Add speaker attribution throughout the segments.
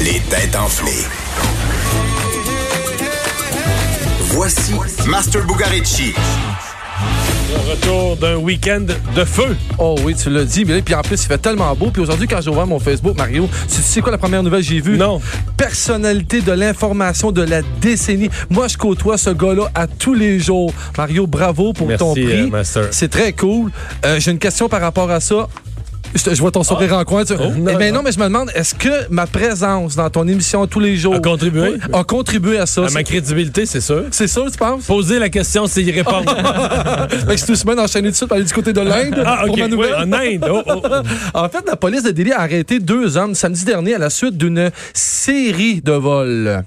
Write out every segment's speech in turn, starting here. Speaker 1: Les têtes enflées. Voici Master Bugarici.
Speaker 2: Le retour d'un week-end de feu.
Speaker 3: Oh oui, tu l'as dit. Mais là, puis en plus, il fait tellement beau. Puis aujourd'hui, quand j'ai ouvert mon Facebook, Mario, tu tu sais quoi la première nouvelle que j'ai vue?
Speaker 2: Non.
Speaker 3: Personnalité de l'information de la décennie. Moi, je côtoie ce gars-là à tous les jours. Mario, bravo pour
Speaker 2: Merci,
Speaker 3: ton prix.
Speaker 2: euh, Master.
Speaker 3: C'est très cool. Euh, j'ai une question par rapport à ça. Je, te- je vois ton sourire en coin. tu-
Speaker 2: Oh,
Speaker 3: Eh
Speaker 2: non,
Speaker 3: ben
Speaker 2: non.
Speaker 3: non, mais je me demande, est-ce que ma présence dans ton émission tous les jours
Speaker 2: A contribué?
Speaker 3: a contribué à ça?
Speaker 2: À ma crédibilité, c'est sûr.
Speaker 3: C'est sûr, tu penses?
Speaker 2: Poser la question, c'est y répondre.
Speaker 3: Fait que je suis tout semaine enchaîné tout de suite pour aller du côté de l'Inde
Speaker 2: ah, OK.
Speaker 3: pour ma
Speaker 2: Oui,
Speaker 3: nouvelle.
Speaker 2: en Inde. Oh, oh, oh.
Speaker 3: En fait, la police de Delhi a arrêté deux hommes samedi dernier à la suite d'une série de vols.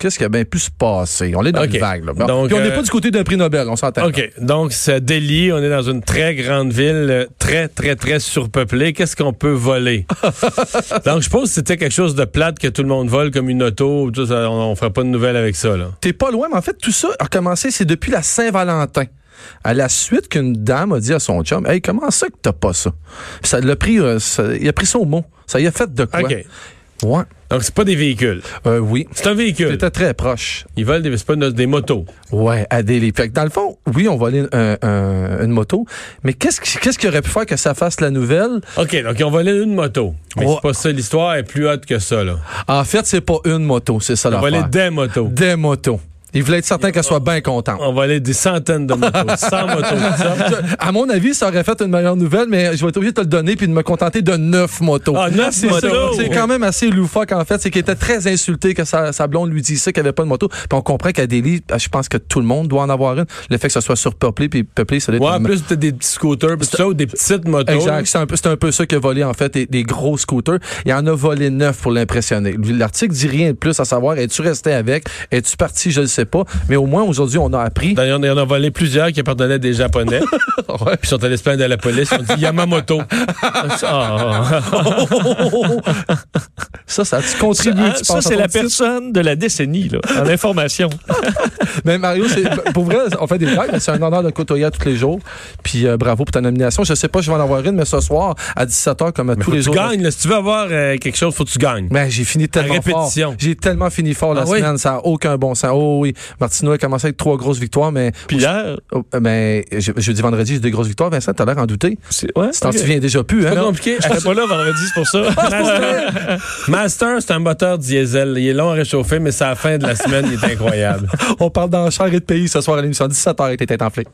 Speaker 3: Qu'est-ce qui a bien pu se passer? On est dans
Speaker 2: OK.
Speaker 3: une vague. Là. Bon.
Speaker 2: Donc,
Speaker 3: Puis on n'est
Speaker 2: euh,
Speaker 3: pas du côté d'un prix Nobel, on s'entend. là.
Speaker 2: OK. Donc, c'est Delhi. On est dans une très grande ville, euh, très, très, très surpeuplée. Qu'est-ce qu'on peut voler? Donc, je pense que c'était quelque chose de plate que tout le monde vole, comme une auto. ou tout ça. on ne fera pas de nouvelles avec ça. Là.
Speaker 3: T'es pas loin, mais en fait, tout ça a commencé, c'est depuis la Saint-Valentin. À la suite qu'une dame a dit à son chum, Hey, comment ça que t'as pas ça? Puis ça l'a pris, euh, ça- il a pris son mot. Ça y a fait de quoi?
Speaker 2: OK.
Speaker 3: Ouais.
Speaker 2: Donc, c'est pas des véhicules.
Speaker 3: Euh, oui.
Speaker 2: C'est un véhicule.
Speaker 3: C'était très proche.
Speaker 2: Ils volent des, c'est pas une- des motos.
Speaker 3: Ouais, à Delhi. Fait que dans le fond, oui, on volait un- un- euh, une moto, mais qu'est-ce qui- qu'est-ce qui aurait pu faire que ça fasse la nouvelle?
Speaker 2: OK. Donc, ils ont volé une moto. Mais
Speaker 3: Ouais.
Speaker 2: c'est pas ça. L'histoire est plus haute que ça. Là.
Speaker 3: En fait, c'est pas une moto, c'est ça
Speaker 2: Ils ont volé
Speaker 3: l'affaire.
Speaker 2: des motos.
Speaker 3: Des motos. Il voulait être certain qu'elle soit bien contente.
Speaker 2: On volait des centaines de motos. 100 motos. tout ça.
Speaker 3: Je- À mon avis, ça aurait fait une meilleure nouvelle, mais je vais être obligé de te le donner puis de me contenter de neuf motos.
Speaker 2: Ah, neuf
Speaker 3: c'est
Speaker 2: motos.
Speaker 3: ça. C'est quand même assez loufoque, en fait. C'est qu'il était très insulté que sa, sa blonde lui dise ça, qu'elle avait pas de moto. Puis on comprend qu'à Delhi, je pense que tout le monde doit en avoir une. Le fait que ça soit surpeuplé puis peuplé, ça doit être
Speaker 2: Ouais, en
Speaker 3: une-
Speaker 2: plus, t'as des petits scooters, pis tout ça, ou des petites motos.
Speaker 3: Exact. C'est un, peu- c'est un peu ça qu'il a volé, en fait, des, des gros scooters. Il en a volé neuf pour l'impressionner. L'article dit rien de plus, à savoir, es-tu resté avec? Es-tu parti? Je ne sais pas. Mais au moins, aujourd'hui, on a appris.
Speaker 2: D'ailleurs, il y en a volé plusieurs qui appartenaient à des Japonais. Puis ils sont allés se plaindre à la police. Ils ont dit Yamamoto. Ah, ah,
Speaker 3: Ça, ça a-tu contribué?
Speaker 4: Ah,
Speaker 2: hein,
Speaker 3: tu
Speaker 4: ça,
Speaker 3: penses,
Speaker 4: c'est
Speaker 3: à
Speaker 4: la
Speaker 3: ton titre?
Speaker 4: personne de la décennie, là, en information.
Speaker 3: Mais Mario, c'est- pour vrai, on fait des blagues, mais c'est un honneur de côtoyer à tous les jours. Puis euh, bravo pour ta nomination. Je sais pas, je vais en avoir une, mais ce soir, à 17h, comme à tous
Speaker 2: faut que
Speaker 3: les
Speaker 2: tu
Speaker 3: autres.
Speaker 2: gagnes. là. Si tu veux avoir euh, quelque chose, faut que tu gagnes.
Speaker 3: Mais j'ai fini tellement
Speaker 2: répétition.
Speaker 3: fort. J'ai tellement fini fort la
Speaker 2: Ah oui?
Speaker 3: semaine, ça n'a aucun bon sens. Oh oui, Martino a commencé avec trois grosses victoires, mais
Speaker 4: Puis hier,
Speaker 3: Oh, euh, ben, je, jeudi, vendredi, j'ai deux grosses victoires. Vincent, t'as l'air en douter.
Speaker 4: c'est. Ouais,
Speaker 3: Tu t'en
Speaker 4: ok.
Speaker 3: souviens déjà plus,
Speaker 2: C'est
Speaker 3: hein?
Speaker 2: pas compliqué.
Speaker 4: Je serai pas là vendredi, c'est pour ça.
Speaker 2: Master, c'est un moteur diesel. Il est long à réchauffer, mais c'est à la fin de la semaine, il est incroyable.
Speaker 3: On parle d'enchères et de pays ce soir à l'émission 17h avec les têtes enflées.